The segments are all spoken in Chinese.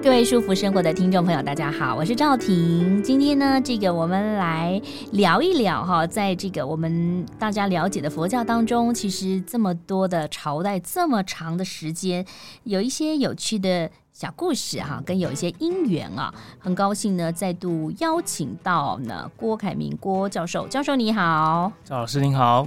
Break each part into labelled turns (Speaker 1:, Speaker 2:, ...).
Speaker 1: 各位舒服生活的听众朋友，大家好，我是赵婷。今天呢，这个我们来聊一聊哈，在这个我们大家了解的佛教当中，其实这么多的朝代，这么长的时间，有一些有趣的小故事哈、跟有一些因缘啊。很高兴呢，再度邀请到呢郭凯明郭教授，教授你好。
Speaker 2: 赵老师您好，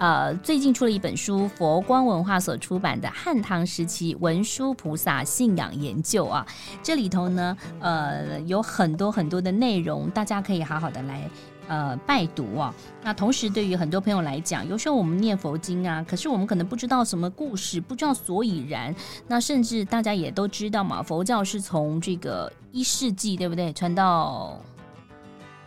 Speaker 1: 呃，最近出了一本书，佛光文化所出版的《汉唐时期文殊菩萨信仰研究》啊，这里头呢，呃，有很多很多的内容，大家可以好好的来。呃，拜读啊，那同时对于很多朋友来讲，有时候我们念佛经啊，可是我们可能不知道什么故事，不知道所以然。那甚至大家也都知道嘛，佛教是从这个一世纪，对不对，传到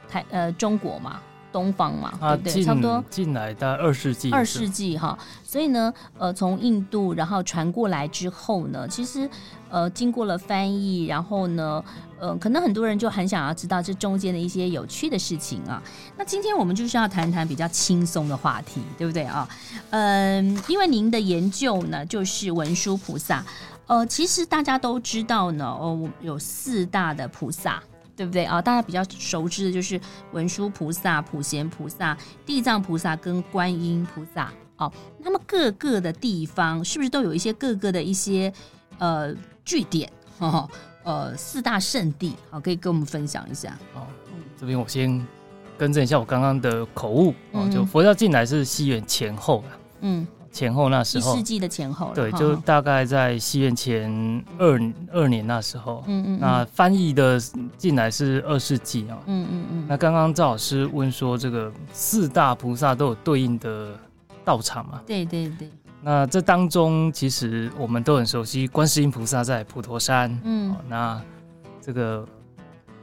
Speaker 1: 台呃中国嘛，东方嘛，
Speaker 2: 他
Speaker 1: 对不对？差不多
Speaker 2: 进进来大概二世纪，
Speaker 1: 二世纪哈，所以呢，呃，从印度然后传过来之后呢，其实呃，经过了翻译，然后呢，呃，可能很多人就很想要知道这中间的一些有趣的事情啊。那今天我们就是要谈谈比较轻松的话题，对不对啊？嗯，因为您的研究呢，就是文殊菩萨。呃，其实大家都知道呢，哦，我有四大的菩萨，对不对啊？大家比较熟知的就是文殊菩萨、普贤菩萨、地藏菩萨跟观音菩萨哦，那么各个的地方是不是都有一些各个的一些呃据点哦？呃，四大圣地，好、可以跟我们分享一下。
Speaker 2: 哦，这边我先更正一下我刚刚的口误哦，
Speaker 1: 嗯
Speaker 2: 就佛教进来是西元前后啊
Speaker 1: 嗯，
Speaker 2: 前后那时
Speaker 1: 一
Speaker 2: 候
Speaker 1: 世，纪的前后了，嗯
Speaker 2: 对，
Speaker 1: 哈
Speaker 2: 就
Speaker 1: 哈
Speaker 2: 大概在西元前二二年那时候，
Speaker 1: 嗯嗯，
Speaker 2: 那翻译的进来是二世纪哦。
Speaker 1: 嗯嗯嗯
Speaker 2: 那
Speaker 1: 嗯，
Speaker 2: 刚刚赵老师问说，这个四大菩萨都有对应的道场嘛？
Speaker 1: 对对对，
Speaker 2: 那这当中，其实我们都很熟悉，观世音菩萨在普陀山，
Speaker 1: 嗯
Speaker 2: 哦，那这个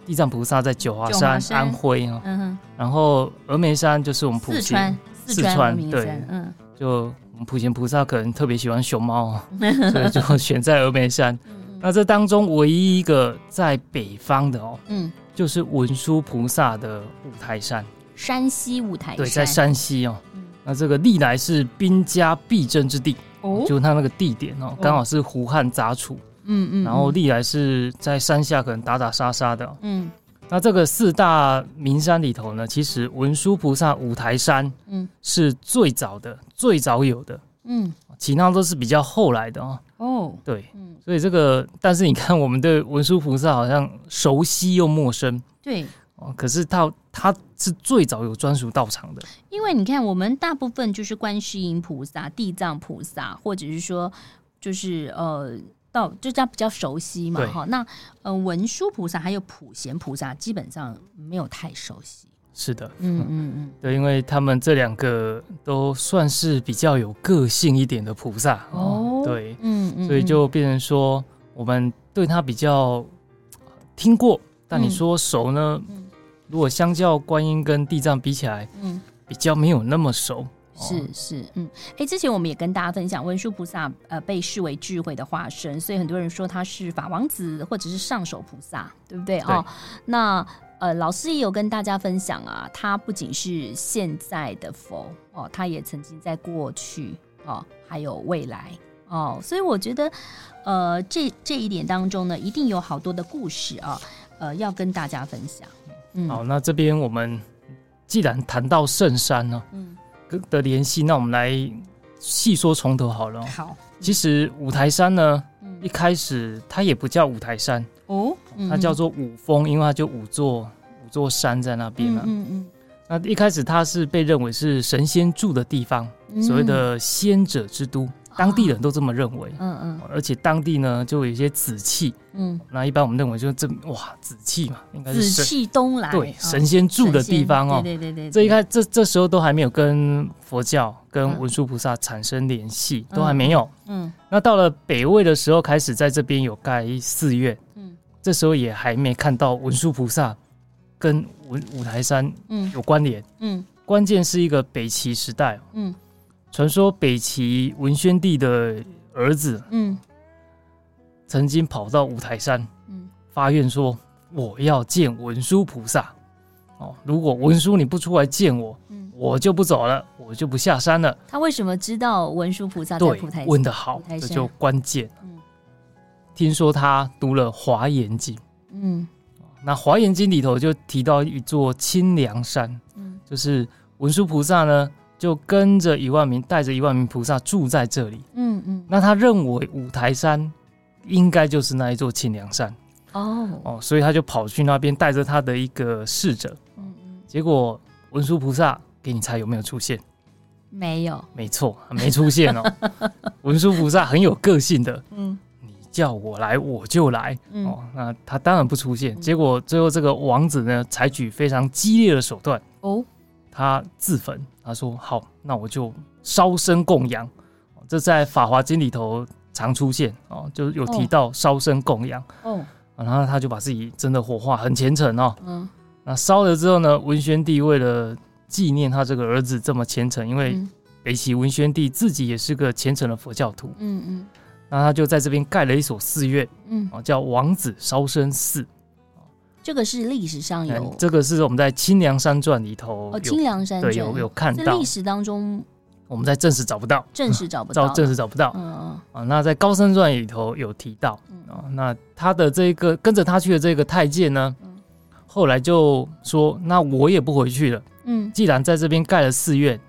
Speaker 2: 地藏菩萨在九华
Speaker 1: 九华
Speaker 2: 山、
Speaker 1: 山
Speaker 2: 安徽哦，
Speaker 1: 嗯哼，
Speaker 2: 然后峨眉山就是我们普
Speaker 1: 四
Speaker 2: 贤
Speaker 1: 川，
Speaker 2: 四
Speaker 1: 川
Speaker 2: 川
Speaker 1: 峨眉
Speaker 2: 对
Speaker 1: 山，嗯
Speaker 2: 就我们普贤菩萨可能特别喜欢熊猫、哦， 所以就选在峨眉
Speaker 1: 嗯
Speaker 2: 山。那这当中唯一一个在北方的哦，
Speaker 1: 嗯，
Speaker 2: 就是文殊菩萨的五台山，
Speaker 1: 山西五台
Speaker 2: 对，在山西哦
Speaker 1: 嗯。
Speaker 2: 那这个历来是兵家必争之地，
Speaker 1: 哦，
Speaker 2: 就它那个地点哦
Speaker 1: 哦，
Speaker 2: 刚好是胡汉杂处，
Speaker 1: 嗯嗯，
Speaker 2: 然后
Speaker 1: 嗯
Speaker 2: 历来是在山下可能打打杀杀的哦、
Speaker 1: 嗯
Speaker 2: 那这个四大名山里头呢，其实文殊菩萨五台山
Speaker 1: 嗯
Speaker 2: 是最早的，最早有的，
Speaker 1: 嗯
Speaker 2: 其他都是比较后来的哦。
Speaker 1: 哦，
Speaker 2: 对，
Speaker 1: 嗯
Speaker 2: 所以这个，但是你看，我们对文殊菩萨好像熟悉又陌生
Speaker 1: 对，
Speaker 2: 哦。可是他他是最早有专属道场的，
Speaker 1: 因为你看，我们大部分就是观世音菩萨、地藏菩萨，或者是说，就是呃，到就这样比较熟悉嘛，
Speaker 2: 对
Speaker 1: 哈。那呃，文殊菩萨还有普贤菩萨，基本上没有太熟悉。
Speaker 2: 是的，
Speaker 1: 嗯嗯嗯，
Speaker 2: 对，因为他们这两个都算是比较有个性一点的菩萨
Speaker 1: 哦
Speaker 2: 对，
Speaker 1: 嗯嗯，
Speaker 2: 所以就变成说，我们对他比较呃听过，但你说熟呢？
Speaker 1: 嗯嗯
Speaker 2: 如果相较观音跟地藏比起来，
Speaker 1: 嗯。
Speaker 2: 比较没有那么熟。哦
Speaker 1: 是是，嗯，哎，之前我们也跟大家分享，文殊菩萨呃被视为智慧的化身，所以很多人说他是法王子或者是上首菩萨，对不对
Speaker 2: 对
Speaker 1: 哦？那呃，老师也有跟大家分享啊，他不仅是现在的佛哦，他也曾经在过去哦，还有未来哦，所以我觉得呃这这一点当中呢，一定有好多的故事啊，呃，要跟大家分享。嗯，
Speaker 2: 好，那这边我们既然谈到圣山呢、
Speaker 1: 嗯，
Speaker 2: 跟的联系，那我们来细说从头好了哦、
Speaker 1: 好，
Speaker 2: 其实五台山呢，
Speaker 1: 嗯
Speaker 2: 一开始它也不叫五台山，
Speaker 1: 哦，嗯
Speaker 2: 它叫做五峰，因为它就五座五座山在那边
Speaker 1: 嗯
Speaker 2: 嘛。
Speaker 1: 嗯嗯
Speaker 2: 那一开始它是被认为是神仙住的地方，
Speaker 1: 嗯，啊
Speaker 2: 所谓的仙者之都，当地人都这么认为。
Speaker 1: 嗯嗯。
Speaker 2: 而且当地呢，就有一些紫气，
Speaker 1: 嗯，
Speaker 2: 那一般我们认为就这哇，紫气嘛，应该是
Speaker 1: 紫
Speaker 2: 神
Speaker 1: 气东来，
Speaker 2: 对
Speaker 1: 哦
Speaker 2: 神仙住的地方哦。
Speaker 1: 神仙对对对对，
Speaker 2: 这一开这这时候都还没有跟佛教、跟
Speaker 1: 嗯
Speaker 2: 文殊菩萨产生联系，
Speaker 1: 嗯
Speaker 2: 都还没有。
Speaker 1: 嗯
Speaker 2: 那到了北魏的时候，开始在这边有盖寺院，
Speaker 1: 嗯
Speaker 2: 这时候也还没看到文殊菩萨跟五五台山
Speaker 1: 嗯
Speaker 2: 有关联。
Speaker 1: 嗯
Speaker 2: 关键是一个北齐时代哦，
Speaker 1: 嗯
Speaker 2: 传说北齐文宣帝的儿子
Speaker 1: 嗯
Speaker 2: 曾经跑到五台山
Speaker 1: 嗯
Speaker 2: 发愿说：“我要见文殊菩萨。”哦，如果文殊你不出来见我，
Speaker 1: 嗯，
Speaker 2: 我就不走了，我就不下山了。
Speaker 1: 他为什么知道文殊菩萨在
Speaker 2: 对
Speaker 1: 普台，
Speaker 2: 问
Speaker 1: 山？
Speaker 2: 得好
Speaker 1: 五，台
Speaker 2: 这
Speaker 1: 山
Speaker 2: 就关键。
Speaker 1: 嗯
Speaker 2: 听说他读了《华严经》，
Speaker 1: 嗯
Speaker 2: 那《华严经》里头就提到一座清凉山，
Speaker 1: 嗯
Speaker 2: 就是文殊菩萨呢，就跟着一万名，带着一万名菩萨住在这里。
Speaker 1: 嗯嗯，
Speaker 2: 那他认为五台山应该就是那一座清凉山
Speaker 1: 哦，
Speaker 2: 哦，所以他就跑去那边，带着他的一个侍者。
Speaker 1: 嗯嗯，
Speaker 2: 结果文殊菩萨给你猜有没有出现？
Speaker 1: 没有，
Speaker 2: 没错，没出现哦。文殊菩萨很有个性的，
Speaker 1: 嗯
Speaker 2: 你叫我来我就来。
Speaker 1: 嗯，
Speaker 2: 哦，那他当然不出现。
Speaker 1: 嗯
Speaker 2: 结果最后这个王子呢，采取非常激烈的手段，
Speaker 1: 哦，
Speaker 2: 他自焚。他说：“好，那我就烧身供养。”哦这在《法华经》里头常出现哦，就有提到烧身供养。
Speaker 1: 哦，
Speaker 2: 啊然后他就把自己真的火化，很虔诚哦。
Speaker 1: 嗯
Speaker 2: 那烧了之后呢，文宣帝为了纪念他这个儿子这么虔诚，因为
Speaker 1: 嗯
Speaker 2: 北齐文宣帝自己也是个虔诚的佛教徒，
Speaker 1: 嗯
Speaker 2: 那他就在这边盖了一所寺院
Speaker 1: 嗯嗯，
Speaker 2: 啊，叫王子烧身寺。
Speaker 1: 这个是历史上
Speaker 2: 嗯
Speaker 1: 有，
Speaker 2: 这个是我们在《清凉山传》里头
Speaker 1: 哎哦，
Speaker 2: 有、
Speaker 1: 清凉山
Speaker 2: 对
Speaker 1: 镇
Speaker 2: 有有看
Speaker 1: 在
Speaker 2: 到
Speaker 1: 历，史当中
Speaker 2: 我们在正史找不到，
Speaker 1: 正史找不
Speaker 2: 照
Speaker 1: 到，
Speaker 2: 正史找不到、
Speaker 1: 嗯
Speaker 2: 啊。那在《高僧传》里头有提到
Speaker 1: 嗯嗯
Speaker 2: 啊。那他的这个跟着他去的这个太监呢
Speaker 1: 嗯，
Speaker 2: 后来就说：“那我也不回去了，
Speaker 1: 嗯
Speaker 2: 既然在这边盖了寺院，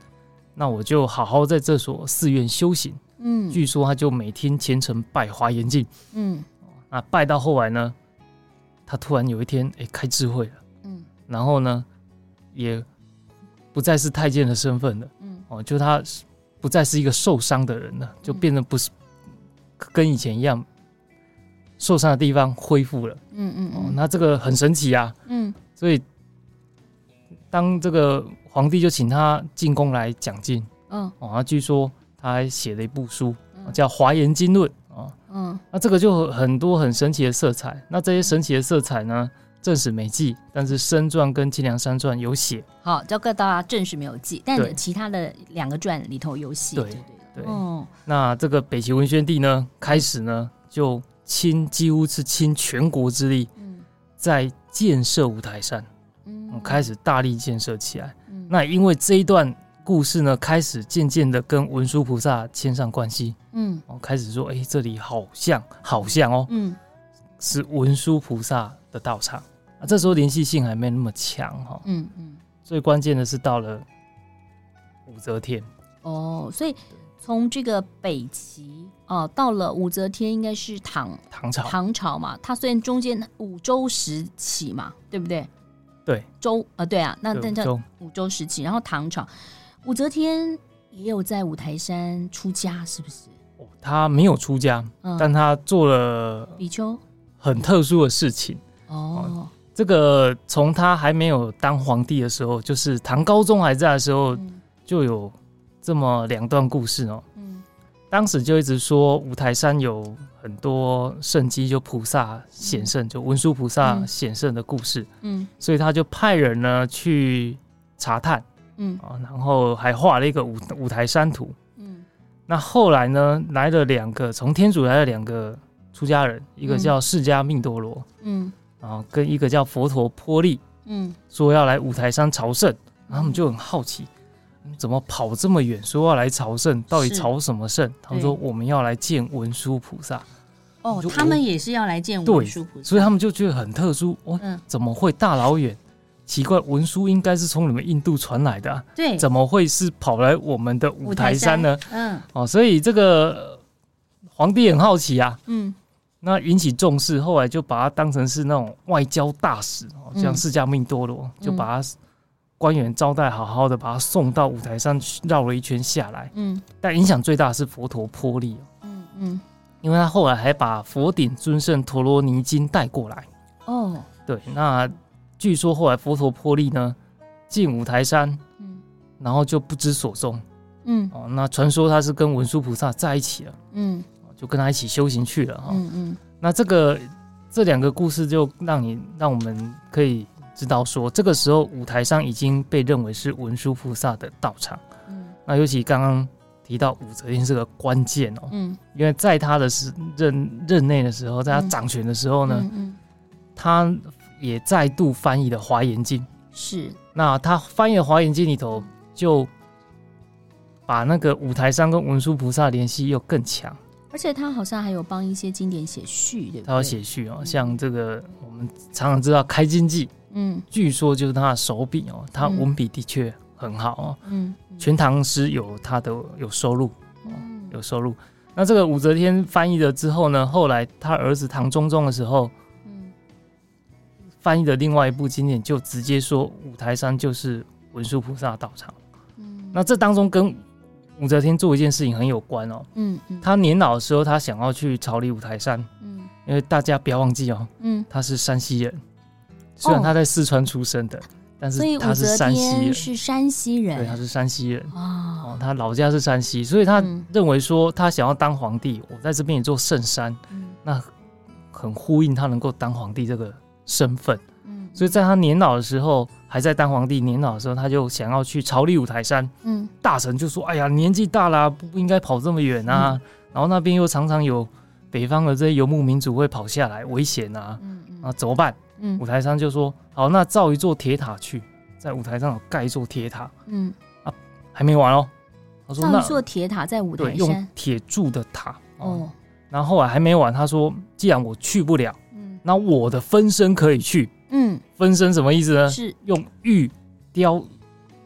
Speaker 2: 那我就好好在这所寺院修行。”
Speaker 1: 嗯
Speaker 2: 据说他就每天虔诚拜华严经
Speaker 1: 嗯
Speaker 2: 啊，拜到后来呢，他突然有一天哎开智慧了。
Speaker 1: 嗯
Speaker 2: 然后呢，也不再是太监的身份了
Speaker 1: 嗯
Speaker 2: 哦，就他是不再是一个受伤的人了，就变得不是跟以前一样受伤的地方恢复了
Speaker 1: 嗯嗯
Speaker 2: 哦，
Speaker 1: 嗯
Speaker 2: 那这个很神奇啊，
Speaker 1: 嗯
Speaker 2: 所以当这个皇帝就请他进宫来讲经
Speaker 1: 嗯
Speaker 2: 哦，他据说他还写了一部书哦
Speaker 1: 嗯
Speaker 2: 叫《华严经论》哦，
Speaker 1: 嗯
Speaker 2: 那这个就有很多很神奇的色彩，那这些神奇的色彩呢？正史没记，但是《身传》跟《清凉山传》有写，
Speaker 1: 好，这个大家正史没有记，但
Speaker 2: 对
Speaker 1: 其他的两个传里头有写，
Speaker 2: 对
Speaker 1: 就
Speaker 2: 对
Speaker 1: 对了。哦，
Speaker 2: 那这个北齐文宣帝呢，开始呢就倾几乎是倾全国之力，
Speaker 1: 嗯
Speaker 2: 在建设五台山，哦
Speaker 1: 嗯
Speaker 2: 开始大力建设起来。
Speaker 1: 嗯
Speaker 2: 那因为这一段故事呢，开始渐渐的跟文殊菩萨牵上关系，
Speaker 1: 嗯
Speaker 2: 哦，开始说，哎、这里好像好像哦，
Speaker 1: 嗯
Speaker 2: 是文殊菩萨的道场。啊，这时候联系性还没那么强哈、哦，
Speaker 1: 嗯嗯，
Speaker 2: 最关键的是到了武则天，
Speaker 1: 哦，所以从这个北齐哦、到了武则天，应该是唐
Speaker 2: 唐朝，
Speaker 1: 唐朝嘛，它虽然中间五周时期嘛，对不对？
Speaker 2: 对，
Speaker 1: 周啊、呃对啊，那那
Speaker 2: 对
Speaker 1: 叫
Speaker 2: 就
Speaker 1: 五周时期，然后唐朝，武则天也有在五台山出家，是不是？
Speaker 2: 哦他没有出家，
Speaker 1: 嗯，
Speaker 2: 但他做了
Speaker 1: 比丘
Speaker 2: 很特殊的事情。
Speaker 1: 哦，
Speaker 2: 这个从他还没有当皇帝的时候，就是唐高宗还在的时候，
Speaker 1: 嗯
Speaker 2: 就有这么两段故事哦。
Speaker 1: 嗯
Speaker 2: 当时就一直说五台山有很多圣迹，就菩萨显圣，就文殊菩萨
Speaker 1: 嗯
Speaker 2: 显圣的故事，
Speaker 1: 嗯
Speaker 2: 所以他就派人呢去查探
Speaker 1: 嗯
Speaker 2: 啊，然后还画了一个五五台山图。
Speaker 1: 嗯
Speaker 2: 那后来呢，来了两个从天竺来了两个出家人，一个
Speaker 1: 嗯
Speaker 2: 叫释迦密多罗，
Speaker 1: 嗯
Speaker 2: 然后跟一个叫佛陀波利，
Speaker 1: 嗯
Speaker 2: 说要来五台山朝圣，然后他们就很好奇，嗯怎么跑这么远说要来朝圣，到底
Speaker 1: 是
Speaker 2: 朝什么圣？他们说我们要来见文殊菩萨，
Speaker 1: 哦
Speaker 2: 就，
Speaker 1: 他们也是要来见
Speaker 2: 对
Speaker 1: 文殊菩萨，
Speaker 2: 所以他们就觉得很特殊，哦，
Speaker 1: 嗯，
Speaker 2: 怎么会大老远？奇怪，文殊应该是从你们印度传来的、啊，
Speaker 1: 对，
Speaker 2: 怎么会是跑来我们的五台山呢？？
Speaker 1: 嗯
Speaker 2: 哦，所以这个呃皇帝很好奇啊，
Speaker 1: 嗯
Speaker 2: 那引起重视，后来就把他当成是那种外交大使，哦，
Speaker 1: 嗯
Speaker 2: 像释迦密多罗、就把他官员招待好好的，把他送到舞台上去绕了一圈下来。
Speaker 1: 嗯
Speaker 2: 但影响最大的是佛陀波利哦，
Speaker 1: 嗯嗯，
Speaker 2: 因为他后来还把佛顶尊圣陀罗尼经带过来。
Speaker 1: 哦，
Speaker 2: 对，那据说后来佛陀波利呢进五台山，
Speaker 1: 嗯
Speaker 2: 然后就不知所踪
Speaker 1: 嗯
Speaker 2: 哦。那传说他是跟文殊菩萨在一起了，
Speaker 1: 嗯
Speaker 2: 哦就跟他一起修行去了哈、哦。
Speaker 1: 嗯嗯，
Speaker 2: 那这个这两个故事就让你让我们可以知道说，这个时候舞台上已经被认为是文殊菩萨的道场。
Speaker 1: 嗯
Speaker 2: 那尤其刚刚提到武则天是个关键哦，
Speaker 1: 嗯
Speaker 2: 因为在他的时任任内的时候，在他掌权的时候呢，
Speaker 1: 嗯嗯，
Speaker 2: 他也再度翻译了《华严经》。
Speaker 1: 是
Speaker 2: 那他翻译的《华严经》里头，就把那个舞台上跟文殊菩萨联系又更强。
Speaker 1: 而且他好像还有帮一些经典写序，对不对？
Speaker 2: 他有，写序哦，
Speaker 1: 嗯
Speaker 2: 像这个我们常常知道《开经记》，
Speaker 1: 嗯
Speaker 2: 据说就是他的手笔哦，他
Speaker 1: 嗯
Speaker 2: 文笔的确很好哦。
Speaker 1: 嗯，嗯
Speaker 2: 全唐诗有他的有收入，
Speaker 1: 嗯
Speaker 2: 有收入。那这个武则天翻译了之后呢，后来他儿子唐中宗的时候
Speaker 1: 嗯
Speaker 2: 翻译的另外一部经典，就直接说五台山就是文殊菩萨道场。
Speaker 1: 嗯
Speaker 2: 那这当中跟武则天做一件事情很有关哦。
Speaker 1: 嗯嗯
Speaker 2: 她年老的时候，她想要去朝礼五台山，
Speaker 1: 嗯
Speaker 2: 因为大家不要忘记哦，
Speaker 1: 嗯，
Speaker 2: 她是山西人，虽然
Speaker 1: 哦
Speaker 2: 她在四川出生的，但
Speaker 1: 所以
Speaker 2: 是
Speaker 1: 武
Speaker 2: 她是
Speaker 1: 则
Speaker 2: 山西
Speaker 1: 天
Speaker 2: 人，
Speaker 1: 是山西
Speaker 2: 对，她
Speaker 1: 人
Speaker 2: 是山西人。哦
Speaker 1: 啊，，
Speaker 2: 她老家是山西，所以她
Speaker 1: 嗯
Speaker 2: 认为说她想要当皇帝，我在这边也做圣山，
Speaker 1: 嗯
Speaker 2: 那很呼应她能够当皇帝这个身份。
Speaker 1: 嗯
Speaker 2: 所以在他年老的时候，还在当皇帝年老的时候，他就想要去朝礼五台山。
Speaker 1: 嗯
Speaker 2: 大臣就说：“哎呀，年纪大啦，不不应该跑这么远啊。
Speaker 1: 嗯
Speaker 2: 然后那边又常常有北方的这些游牧民族会跑下来，危险啊，
Speaker 1: 嗯
Speaker 2: 啊怎么办？”
Speaker 1: 嗯
Speaker 2: 五台山就说：“好，那造一座铁塔去，在五台上有盖一座铁塔，
Speaker 1: 嗯，
Speaker 2: 还没完哦。”他说：“
Speaker 1: 造
Speaker 2: 那
Speaker 1: 一座铁塔在五
Speaker 2: 对，
Speaker 1: 台
Speaker 2: 用
Speaker 1: 山
Speaker 2: 铁铸的塔。”哦，
Speaker 1: 哦，
Speaker 2: 然后后来还没完，他说：“既然我去不了，
Speaker 1: 嗯
Speaker 2: 那我的分身可以去。
Speaker 1: 嗯
Speaker 2: 分身什么意思呢？
Speaker 1: 是
Speaker 2: 用玉雕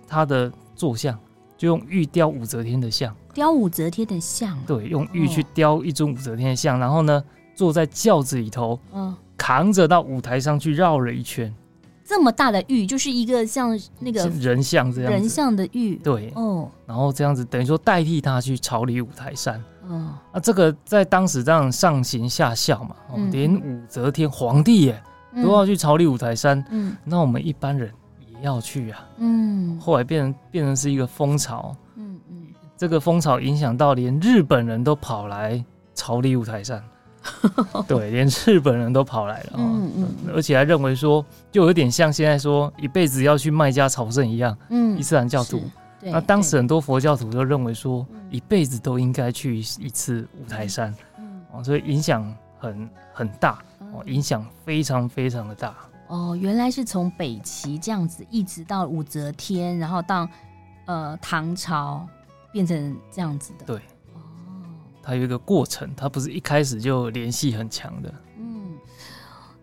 Speaker 2: 他的坐像，就用玉雕武则天的像，
Speaker 1: 雕武则天的像，
Speaker 2: 对，用玉
Speaker 1: 哦
Speaker 2: 去雕一尊武则天的像，然后呢，坐在轿子里头，
Speaker 1: 嗯。
Speaker 2: 扛着到舞台上去绕了一圈，
Speaker 1: 这么大的玉，就是一个像那个
Speaker 2: 是人像这样
Speaker 1: 人
Speaker 2: 子，
Speaker 1: 像的玉，
Speaker 2: 对，
Speaker 1: 哦，
Speaker 2: 然后这样子等于说代替他去朝礼五台山。
Speaker 1: 嗯
Speaker 2: 啊，这个在当时这样上行下效嘛，哦
Speaker 1: 嗯
Speaker 2: 连武则天皇帝耶
Speaker 1: 嗯
Speaker 2: 都要去朝礼五台山，
Speaker 1: 嗯
Speaker 2: 那我们一般人也要去啊。
Speaker 1: 嗯
Speaker 2: 后来变成变成是一个风潮，
Speaker 1: 嗯嗯，
Speaker 2: 这个风潮影响到连日本人都跑来朝礼五 台山，对，连日本人都跑来了、哦，
Speaker 1: 嗯嗯嗯
Speaker 2: 而且还认为说，就有点像现在说一辈子要去麦加朝圣一样，
Speaker 1: 嗯
Speaker 2: 伊斯兰教徒
Speaker 1: 是。对
Speaker 2: 那当时
Speaker 1: 对
Speaker 2: 很多佛教徒都认为说
Speaker 1: 嗯，
Speaker 2: 一辈子都应该去一次五台山
Speaker 1: 嗯
Speaker 2: 哦，所以影响很很大哦，影响非常非常的大。
Speaker 1: 哦，原来是从北齐这样子，一直到武则天，然后到呃唐朝变成这样子的。
Speaker 2: 对
Speaker 1: 哦，
Speaker 2: 它有一个过程，它不是一开始就联系很强的。
Speaker 1: 嗯，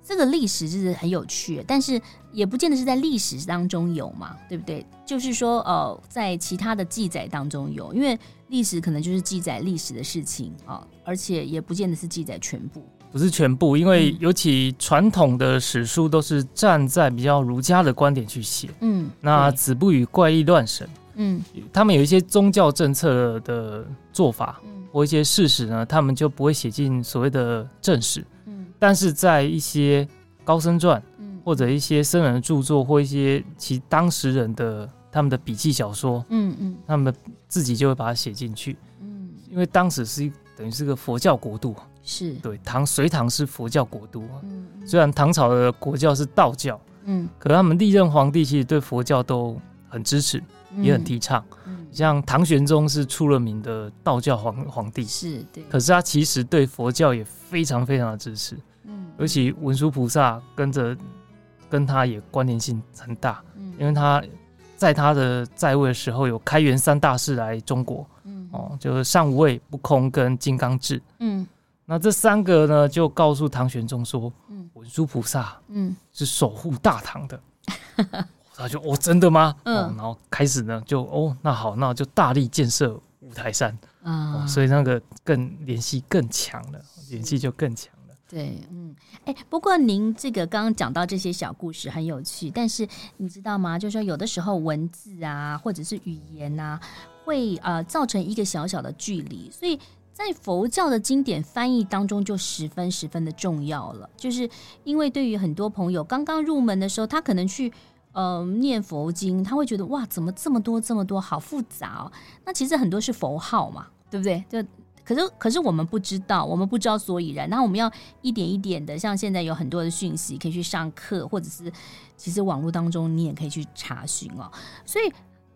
Speaker 1: 这个历史就是很有趣，但是也不见得是在历史当中有嘛，对不对？就是说，呃，在其他的记载当中有，因为历史可能就是记载历史的事情啊、而且也不见得是记载全部。
Speaker 2: 不是全部，因为
Speaker 1: 嗯
Speaker 2: 尤其传统的史书都是站在比较儒家的观点去写。
Speaker 1: 嗯，
Speaker 2: 那
Speaker 1: 对
Speaker 2: 子不语怪异乱神，
Speaker 1: 嗯
Speaker 2: 他们有一些宗教政策的做法
Speaker 1: 嗯
Speaker 2: 或一些事实呢，他们就不会写进所谓的正史，
Speaker 1: 嗯
Speaker 2: 但是在一些高僧传
Speaker 1: 嗯，
Speaker 2: 或者一些僧人的著作或一些其当时人的他们的笔记小说，
Speaker 1: 嗯嗯
Speaker 2: 他们自己就会把它写进去，
Speaker 1: 嗯，
Speaker 2: 因为当时是一等于是个佛教国度，
Speaker 1: 是，
Speaker 2: 对，唐隋唐是佛教国度，
Speaker 1: 嗯
Speaker 2: 虽然唐朝的国教是道教，
Speaker 1: 嗯，
Speaker 2: 可他们历任皇帝其实对佛教都很支持，
Speaker 1: 嗯
Speaker 2: 也很，提倡。
Speaker 1: 嗯
Speaker 2: 像唐玄宗是出了名的道教皇皇帝，
Speaker 1: 是对，
Speaker 2: 可是他其实对佛教也非常非常的支持，
Speaker 1: 嗯
Speaker 2: 尤其文殊菩萨跟着跟他也关联性很大，
Speaker 1: 嗯
Speaker 2: 因为他在他的在位的时候有开元三大士来中国
Speaker 1: 嗯
Speaker 2: 哦，就是上位、不空跟金刚智。
Speaker 1: 嗯
Speaker 2: 那这三个呢，就告诉唐玄宗说，
Speaker 1: 嗯
Speaker 2: 文殊菩萨
Speaker 1: 嗯
Speaker 2: 是守护大唐的。他就哦，真的吗？
Speaker 1: 嗯
Speaker 2: 嗯、然后开始呢，就哦，那好，那就大力建设五台山，
Speaker 1: 啊
Speaker 2: 哦，所以那个更联系更强了，联系就更强了。
Speaker 1: 对，嗯，哎，不过您这个刚刚讲到这些小故事很有趣，但是你知道吗？就是说有的时候文字啊，或者是语言呐、会呃造成一个小小的距离，所以在佛教的经典翻译当中就十分十分的重要了。就是因为对于很多朋友刚刚入门的时候，他可能去。呃，念佛经，他会觉得哇，怎么这么多这么多，好复杂哦。那其实很多是佛号嘛，对不对？就可是，可是我们不知道，我们不知道所以然。那我们要一点一点的，像现在有很多的讯息可以去上课，或者是其实网络当中你也可以去查询哦。所以，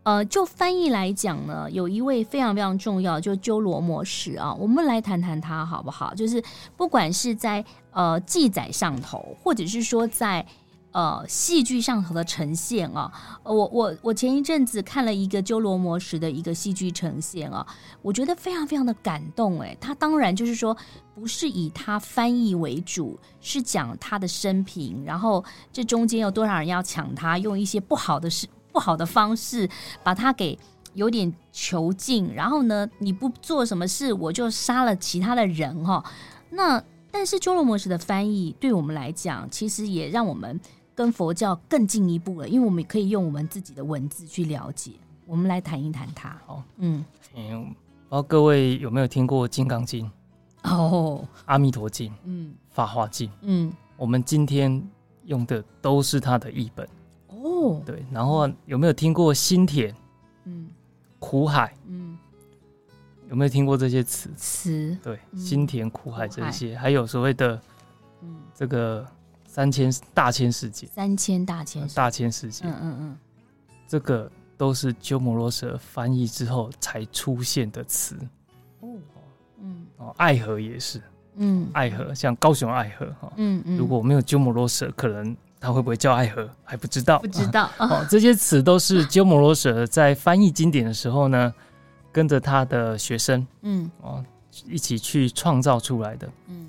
Speaker 1: 呃，就翻译来讲呢，有一位非常非常重要，就鸠罗模式啊，我们来谈谈他好不好？就是不管是在呃记载上头，或者是说在呃戏剧上头的呈现啊，呃我我我前一阵子看了一个鸠罗模式的一个戏剧呈现啊，我觉得非常非常的感动哎。他当然就是说，不是以他翻译为主，是讲他的生平，然后这中间有多少人要抢他，用一些不好的事、不好的方式把他给有点囚禁，然后呢，你不做什么事，我就杀了其他的人哈、那但是鸠罗模式的翻译对我们来讲，其实也让我们跟佛教更进一步了，因为我们可以用我们自己的文字去了解。我们来谈一谈它。
Speaker 2: 好，
Speaker 1: 嗯。
Speaker 2: 嗯，不知道各位有没有听过《金刚经》《
Speaker 1: 哦，
Speaker 2: 阿弥陀经》《
Speaker 1: 嗯
Speaker 2: 法华经》？
Speaker 1: 嗯，
Speaker 2: 我们今天用的都是它的译本。
Speaker 1: 哦，
Speaker 2: 对，然后有没有听过心田、
Speaker 1: 嗯
Speaker 2: 苦海？
Speaker 1: 嗯，
Speaker 2: 有没有听过这些词？
Speaker 1: 词，
Speaker 2: 对，
Speaker 1: 嗯
Speaker 2: 心田、苦海
Speaker 1: 苦
Speaker 2: 这
Speaker 1: 海
Speaker 2: 些，还有所谓的
Speaker 1: 嗯，
Speaker 2: 这个三千大千世界、
Speaker 1: 三千大千手，
Speaker 2: 大千世界，
Speaker 1: 嗯嗯嗯，
Speaker 2: 这个都是鸠摩罗什翻译之后才出现的词。
Speaker 1: 哦，嗯
Speaker 2: 哦，爱河也是
Speaker 1: 嗯
Speaker 2: 爱河，像高雄爱河哈、哦
Speaker 1: 嗯嗯，
Speaker 2: 哎如果没有鸠摩罗什，可能他会不会叫爱河还不知道。
Speaker 1: 不知 道啊，
Speaker 2: 哦，这些词都是鸠摩罗什在翻译经典的时候呢，跟着他的学生
Speaker 1: 嗯
Speaker 2: 哦一起去创造出来的。
Speaker 1: 嗯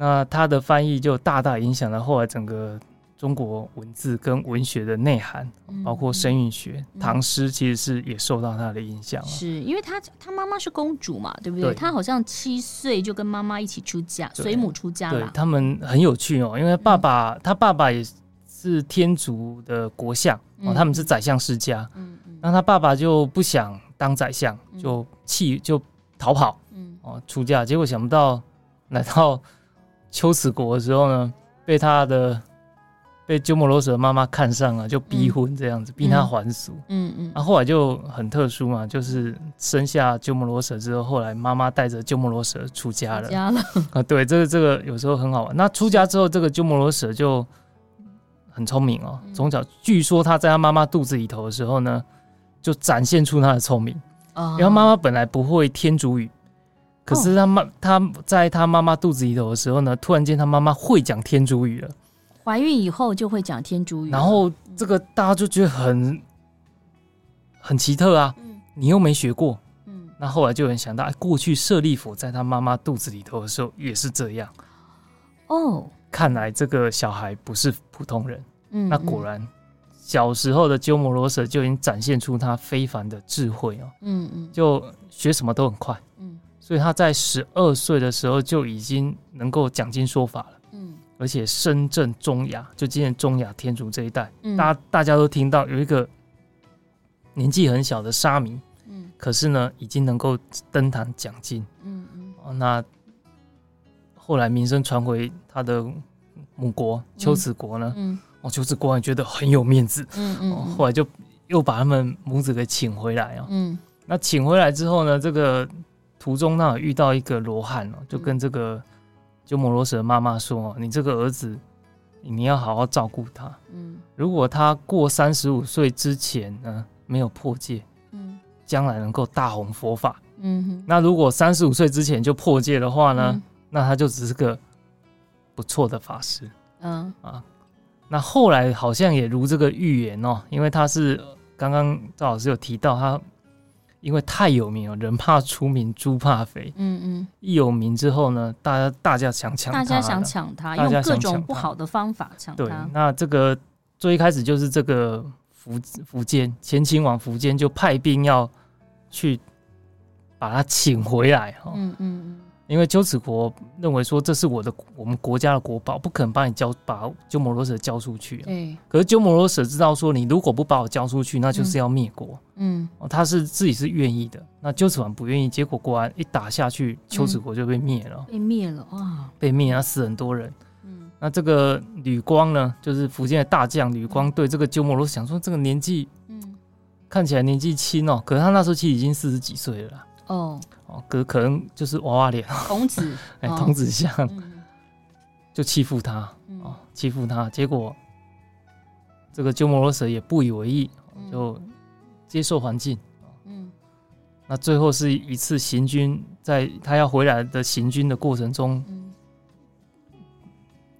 Speaker 2: 那他的翻译就大大影响了后来整个中国文字跟文学的内涵，
Speaker 1: 嗯，
Speaker 2: 包括声韵学、
Speaker 1: 嗯
Speaker 2: 唐诗，其实是也受到他的影响啊。
Speaker 1: 是因为她她妈妈是公主嘛，对不
Speaker 2: 对
Speaker 1: 对？她好像七岁就跟妈妈一起出家，
Speaker 2: 对
Speaker 1: 随母出家
Speaker 2: 对
Speaker 1: 啦。
Speaker 2: 他们很有趣哦，因为爸爸、
Speaker 1: 嗯
Speaker 2: 他爸爸也是天竺的国相哦，
Speaker 1: 嗯
Speaker 2: 他们是宰相世家，
Speaker 1: 嗯嗯
Speaker 2: 那他爸爸就不想当宰相，
Speaker 1: 嗯
Speaker 2: 就弃就逃跑。
Speaker 1: 嗯
Speaker 2: 哦出嫁，结果想不到来到秋子国的时候呢，被他的被鸠摩罗什的妈妈看上了，就逼婚这样子，逼他还俗。
Speaker 1: 嗯
Speaker 2: 那、后来就很特殊嘛，就是生下鸠摩罗什之后，后来妈妈带着鸠摩罗什出
Speaker 1: 嗯，
Speaker 2: 家了啊、
Speaker 1: 家 了，
Speaker 2: 对，这个这个有时候很好玩。那出家之后，这个鸠摩罗什就很聪明哦，
Speaker 1: 嗯
Speaker 2: 从小据说他在他妈妈肚子里头的时候呢，就展现出他的聪明。
Speaker 1: 然
Speaker 2: 因为他妈妈本来不会天竺
Speaker 1: 哦
Speaker 2: 语，可是他妈他在他妈妈肚子里头的时候呢，突然间他妈妈会讲天竺语了，
Speaker 1: 怀孕以后就会讲天竺语了，
Speaker 2: 然后这个大家就觉得很很奇特啊，
Speaker 1: 嗯
Speaker 2: 你又没学过。
Speaker 1: 嗯
Speaker 2: 那后来就有人想到，哎，过去舍利佛在他妈妈肚子里头的时候也是这样。
Speaker 1: 哦，
Speaker 2: 看来这个小孩不是普通人。
Speaker 1: 嗯，
Speaker 2: 那果然，小时候的鸠摩罗什就已经展现出他非凡的智慧哦，
Speaker 1: 嗯，嗯
Speaker 2: 就学什么都很快。
Speaker 1: 嗯
Speaker 2: 所以他在十二岁的时候就已经能够讲经说法了，
Speaker 1: 嗯
Speaker 2: 而且深圳中亚，就今天中亚天竺这一带，
Speaker 1: 嗯，
Speaker 2: 大家大家都听到有一个年纪很小的沙弥，
Speaker 1: 嗯
Speaker 2: 可是呢已经能够登坛讲经
Speaker 1: 嗯嗯
Speaker 2: 哦。那后来名声传回他的母国秋子国呢，
Speaker 1: 嗯
Speaker 2: 哦，秋子国也觉得很有面子，
Speaker 1: 嗯
Speaker 2: 哦
Speaker 1: 嗯，
Speaker 2: 后来就又把他们母子给请回来哦。
Speaker 1: 嗯
Speaker 2: 那请回来之后呢，这个途中那有遇到一个罗汉哦，就跟这个鸠摩罗什的妈妈说、哦：“你这个儿子，你要好好照顾他。
Speaker 1: 嗯
Speaker 2: 如果他过三十五岁之前呢，没有破戒，
Speaker 1: 嗯
Speaker 2: 将来能够大弘佛法。
Speaker 1: 嗯哼，
Speaker 2: 那如果三十五岁之前就破戒的话呢，
Speaker 1: 嗯
Speaker 2: 那他就只是个不错的法师
Speaker 1: 嗯
Speaker 2: 啊。那后来好像也如这个预言哦，因为他是刚刚赵老师有提到他。”因为太有名了，哦人怕出名，猪怕肥。
Speaker 1: 嗯嗯，
Speaker 2: 一有名之后呢，大家大家想抢他
Speaker 1: 大
Speaker 2: 了，
Speaker 1: 家想抢他，
Speaker 2: 大
Speaker 1: 用
Speaker 2: 家想
Speaker 1: 各
Speaker 2: 抢
Speaker 1: 种
Speaker 2: 他
Speaker 1: 不好的方法抢
Speaker 2: 对
Speaker 1: 他，。
Speaker 2: 那这个最一开始就是这个福福建前秦王福建就派兵要去把他请回来哈、哦
Speaker 1: 嗯嗯
Speaker 2: 因为鸠子国认为说这是我的我们国家的国宝，不可能把你交把鸠摩罗什交出
Speaker 1: 嗯，
Speaker 2: 去啊、
Speaker 1: 对，
Speaker 2: 可是鸠摩罗什知道说你如果不把我交出去，那就是要灭国。
Speaker 1: 嗯
Speaker 2: 哦，他是自己是愿意的，那鸠子王不愿意，结果果然一打下
Speaker 1: 嗯
Speaker 2: 去，鸠子国就被灭了，
Speaker 1: 被灭了哇，
Speaker 2: 被灭，他死很多人。
Speaker 1: 嗯
Speaker 2: 那这个吕光呢，就是福建的大将吕光，对这个鸠摩罗什想说，这个年纪
Speaker 1: 嗯
Speaker 2: 看起来年纪轻哦，可是他那时候其实已经四十几岁了啦，
Speaker 1: 哦，
Speaker 2: 哦，可可能就是娃娃脸，
Speaker 1: 孔子，
Speaker 2: 哎、
Speaker 1: 哦
Speaker 2: 童子像
Speaker 1: 嗯
Speaker 2: 就欺负他
Speaker 1: 嗯
Speaker 2: 哦，欺负他，结果这个鸠摩罗什也不以为意，
Speaker 1: 嗯
Speaker 2: 就接受环境。
Speaker 1: 嗯
Speaker 2: 那最后是一次行军，在他要回来的行军的过程中，
Speaker 1: 嗯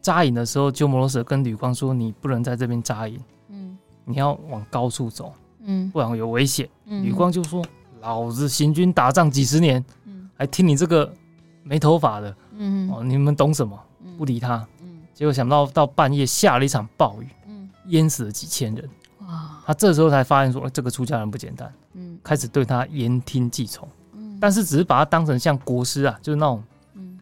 Speaker 2: 扎营的时候，鸠摩罗什跟吕光说：“你不能在这边扎营，
Speaker 1: 嗯
Speaker 2: 你要往高处走，
Speaker 1: 嗯
Speaker 2: 不然有危险。”
Speaker 1: 嗯，
Speaker 2: 吕光就说：“老子行军打仗几十年，
Speaker 1: 嗯，
Speaker 2: 还听你这个没头发的
Speaker 1: 嗯
Speaker 2: 哦，你们懂什么？
Speaker 1: 嗯
Speaker 2: 不理他。
Speaker 1: 嗯”
Speaker 2: 结果想不到到半夜下了一场暴雨，
Speaker 1: 嗯
Speaker 2: 淹死了几千人。
Speaker 1: 哇
Speaker 2: 他这时候才发现说，哎这个出家人不简单，
Speaker 1: 嗯
Speaker 2: 开始对他言听计从，
Speaker 1: 嗯，
Speaker 2: 但是只是把他当成像国师啊，就是那种
Speaker 1: 嗯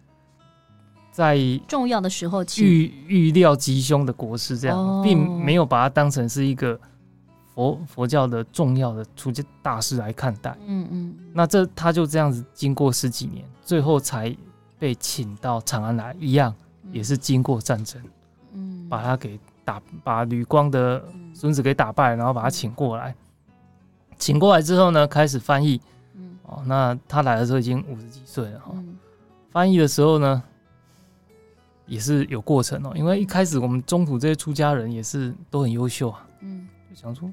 Speaker 2: 在
Speaker 1: 重要的时候去
Speaker 2: 预预料吉凶的国师这样，
Speaker 1: 哦
Speaker 2: 并没有把他当成是一个佛佛教的重要的出家大师来看待。
Speaker 1: 嗯嗯
Speaker 2: 那这他就这样子经过十几年，最后才被请到长安来，一样
Speaker 1: 嗯
Speaker 2: 也是经过战争，
Speaker 1: 嗯
Speaker 2: 把他给打，把吕光的
Speaker 1: 嗯
Speaker 2: 孙子给打败，然后把他请过来。请过来之后呢，开始翻译
Speaker 1: 嗯
Speaker 2: 哦。那他来的时候已经五十几岁了哈、哦。
Speaker 1: 嗯
Speaker 2: 翻译的时候呢，也是有过程哦，因为一开始我们中土这些出家人也是都很优秀啊，
Speaker 1: 嗯
Speaker 2: 就想说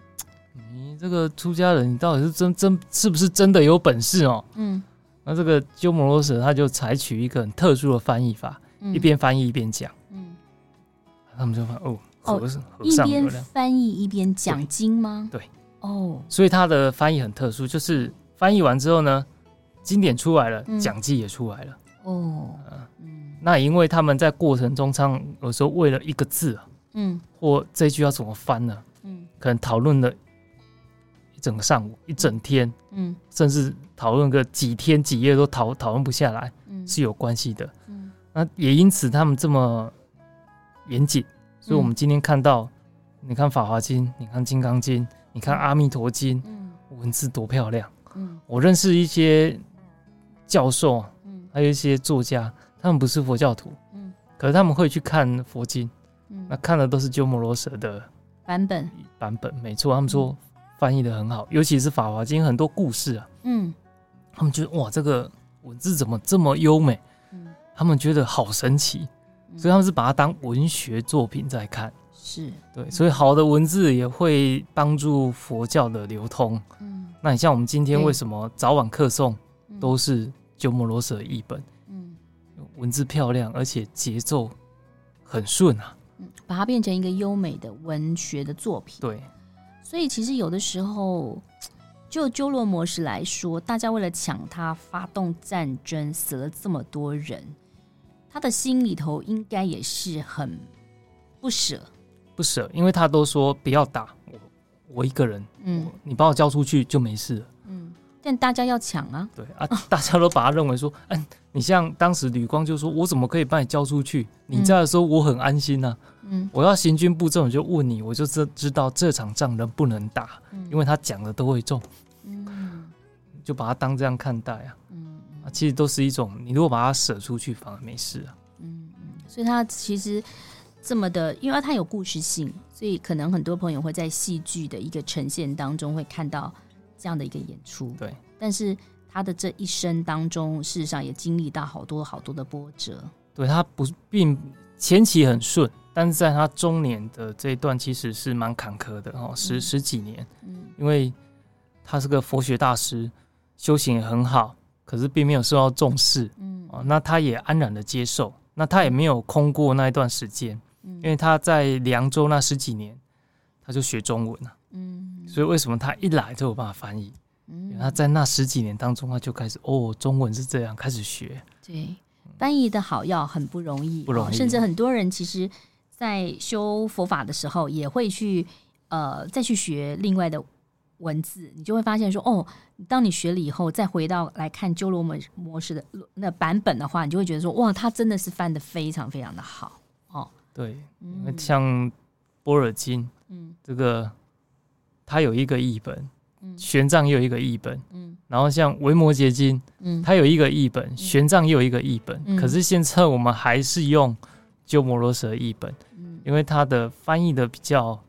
Speaker 2: 你这个出家人，你到底是真真是不是真的有本事哦？
Speaker 1: 嗯
Speaker 2: 那这个鸠摩罗什他就采取一个很特殊的翻译法，
Speaker 1: 嗯
Speaker 2: 一边翻译一边讲，
Speaker 1: 嗯
Speaker 2: 他们就发哦，
Speaker 1: 哦
Speaker 2: 和尚和
Speaker 1: 一
Speaker 2: 尚有
Speaker 1: 边
Speaker 2: 量，
Speaker 1: 翻译一边讲
Speaker 2: 对
Speaker 1: 经吗？
Speaker 2: 对
Speaker 1: 哦
Speaker 2: 所以他的翻译很特殊，就是翻译完之后呢，经典出来了
Speaker 1: 嗯，
Speaker 2: 讲记也出来了。
Speaker 1: 哦
Speaker 2: 嗯
Speaker 1: 嗯
Speaker 2: 那因为他们在过程中常常有时候为了一个字啊、
Speaker 1: 嗯
Speaker 2: 或这句要怎么翻呢？
Speaker 1: 嗯
Speaker 2: 可能讨论了一整个上午、一整天，
Speaker 1: 嗯
Speaker 2: 甚至讨论个几天几夜都讨讨论不下来，
Speaker 1: 嗯
Speaker 2: 是有关系的。
Speaker 1: 嗯
Speaker 2: 那也因此他们这么严谨，所以
Speaker 1: 嗯
Speaker 2: 我们今天看到，你看《法华经》，你看《金刚经》，你看《阿弥陀经》，
Speaker 1: 嗯
Speaker 2: 文字多漂亮！
Speaker 1: 嗯
Speaker 2: 我认识一些教授，
Speaker 1: 嗯
Speaker 2: 还有一些作家，他们不是佛教徒，
Speaker 1: 嗯
Speaker 2: 可是他们会去看佛经，那
Speaker 1: 嗯
Speaker 2: 看的都是鸠摩罗什的
Speaker 1: 版本
Speaker 2: 版本，没错，他们说翻译的很好，尤其是《法华经》很多故事啊，
Speaker 1: 嗯
Speaker 2: 他们觉得哇，这个文字怎么这么优美？
Speaker 1: 嗯
Speaker 2: 他们觉得好神奇，
Speaker 1: 嗯
Speaker 2: 所以他们是把它当文学作品在看。
Speaker 1: 是
Speaker 2: 对，所以好的文字也会帮助佛教的流通。
Speaker 1: 嗯
Speaker 2: 那你像我们今天
Speaker 1: 对
Speaker 2: 为什么早晚课诵
Speaker 1: 嗯
Speaker 2: 都是鸠摩罗什译本，
Speaker 1: 嗯
Speaker 2: 文字漂亮，而且节奏很顺啊。
Speaker 1: 嗯把它变成一个优美的文学的作品。
Speaker 2: 对，
Speaker 1: 所以其实有的时候，就鸠罗模式来说，大家为了抢他发动战争，死了这么多人，他的心里头应该也是很不舍。
Speaker 2: 不舍，因为他都说不要打我，我一个人，
Speaker 1: 嗯
Speaker 2: 我你把我交出去就没事了。
Speaker 1: 嗯，但大家要抢啊，
Speaker 2: 对 啊，大家都把他认为说， 嗯、你像当时吕光就说，我怎么可以把你交出去？你在的时候我很安心呐、
Speaker 1: 嗯
Speaker 2: 我要行军布阵，我就问你，我就知知道这场仗能不能打，
Speaker 1: 嗯
Speaker 2: 因为他讲的都会中，
Speaker 1: 嗯
Speaker 2: 就把他当这样看待啊。
Speaker 1: 嗯
Speaker 2: 啊，其实都是一种，你如果把他舍出去，反而没事啊。
Speaker 1: 嗯，嗯，所以他其实这么的，因为他有故事性，所以可能很多朋友会在戏剧的一个呈现当中会看到这样的一个演出。
Speaker 2: 对，
Speaker 1: 但是他的这一生当中，事实上也经历到好多好多的波折。
Speaker 2: 对他不并前期很顺，但是在他中年的这一段其实是蛮坎坷的哦，十
Speaker 1: 嗯
Speaker 2: 十几年，
Speaker 1: 嗯
Speaker 2: 因为他是个佛学大师，修行也很好，可是并没有受到重视。
Speaker 1: 嗯
Speaker 2: 哦，那他也安然的接受，那他也没有空过那一段时间，
Speaker 1: 嗯
Speaker 2: 因为他在凉州那十几年，他就学中文了，
Speaker 1: 嗯
Speaker 2: 所以为什么他一来就有办法翻译？因为他在那十几年当中，他就开始哦，中文是这样，开始学，
Speaker 1: 对翻译的好要很不容易，
Speaker 2: 嗯不容易
Speaker 1: 哦甚至很多人其实，在修佛法的时候也会去呃再去学另外的文字，你就会发现说哦，当你学了以后，再回到来看鸠罗模模式的那版本的话，你就会觉得说哇，他真的是翻的非常非常的好哦。
Speaker 2: 对，因为
Speaker 1: 嗯
Speaker 2: 像波尔金
Speaker 1: 嗯
Speaker 2: 这个，他有一个译本，
Speaker 1: 嗯
Speaker 2: 玄奘也有一个译本，
Speaker 1: 嗯
Speaker 2: 然后像维摩诘经，
Speaker 1: 嗯，
Speaker 2: 它有一个译本，玄奘也有一个译本，
Speaker 1: 嗯
Speaker 2: 可是现在我们还是用鸠摩罗什译本。
Speaker 1: 嗯
Speaker 2: 因为它的翻译的比较，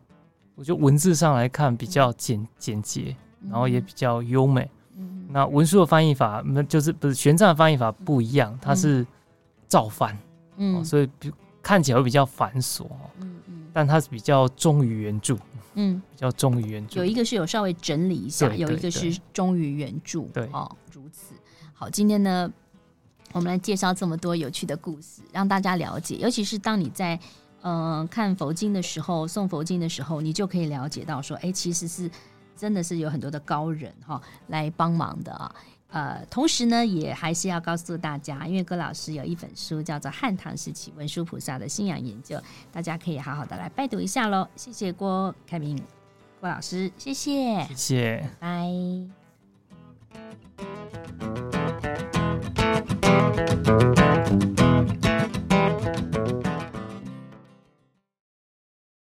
Speaker 2: 我觉得文字上来看比较简简洁，然后也比较优美。
Speaker 1: 嗯
Speaker 2: 那文书的翻译法，那就是不是玄奘的翻译法不一样，它是造翻，哦
Speaker 1: 嗯
Speaker 2: 所以比看起来会比较繁琐，哦
Speaker 1: 嗯嗯
Speaker 2: 但它是比较忠于原著，比
Speaker 1: 嗯，
Speaker 2: 较忠于原著
Speaker 1: 有。一个是有稍微整理一下，
Speaker 2: 对
Speaker 1: 有一个
Speaker 2: 对
Speaker 1: 是忠于原著，
Speaker 2: 对
Speaker 1: 哦，如此。好，今天呢，我们来介绍这么多有趣的故事，让大家了解，尤其是当你在。嗯，看佛经的时候，诵佛经的时候，你就可以了解到说，哎，其实是真的是有很多的高人哈、来帮忙的啊。呃，同时呢，也还是要告诉大家，因为葛老师有一本书叫做《汉唐时期文殊菩萨的信仰研究》，大家可以好好的来拜读一下喽。谢谢郭凯明郭老师，谢谢，
Speaker 2: 谢谢。
Speaker 1: 拜。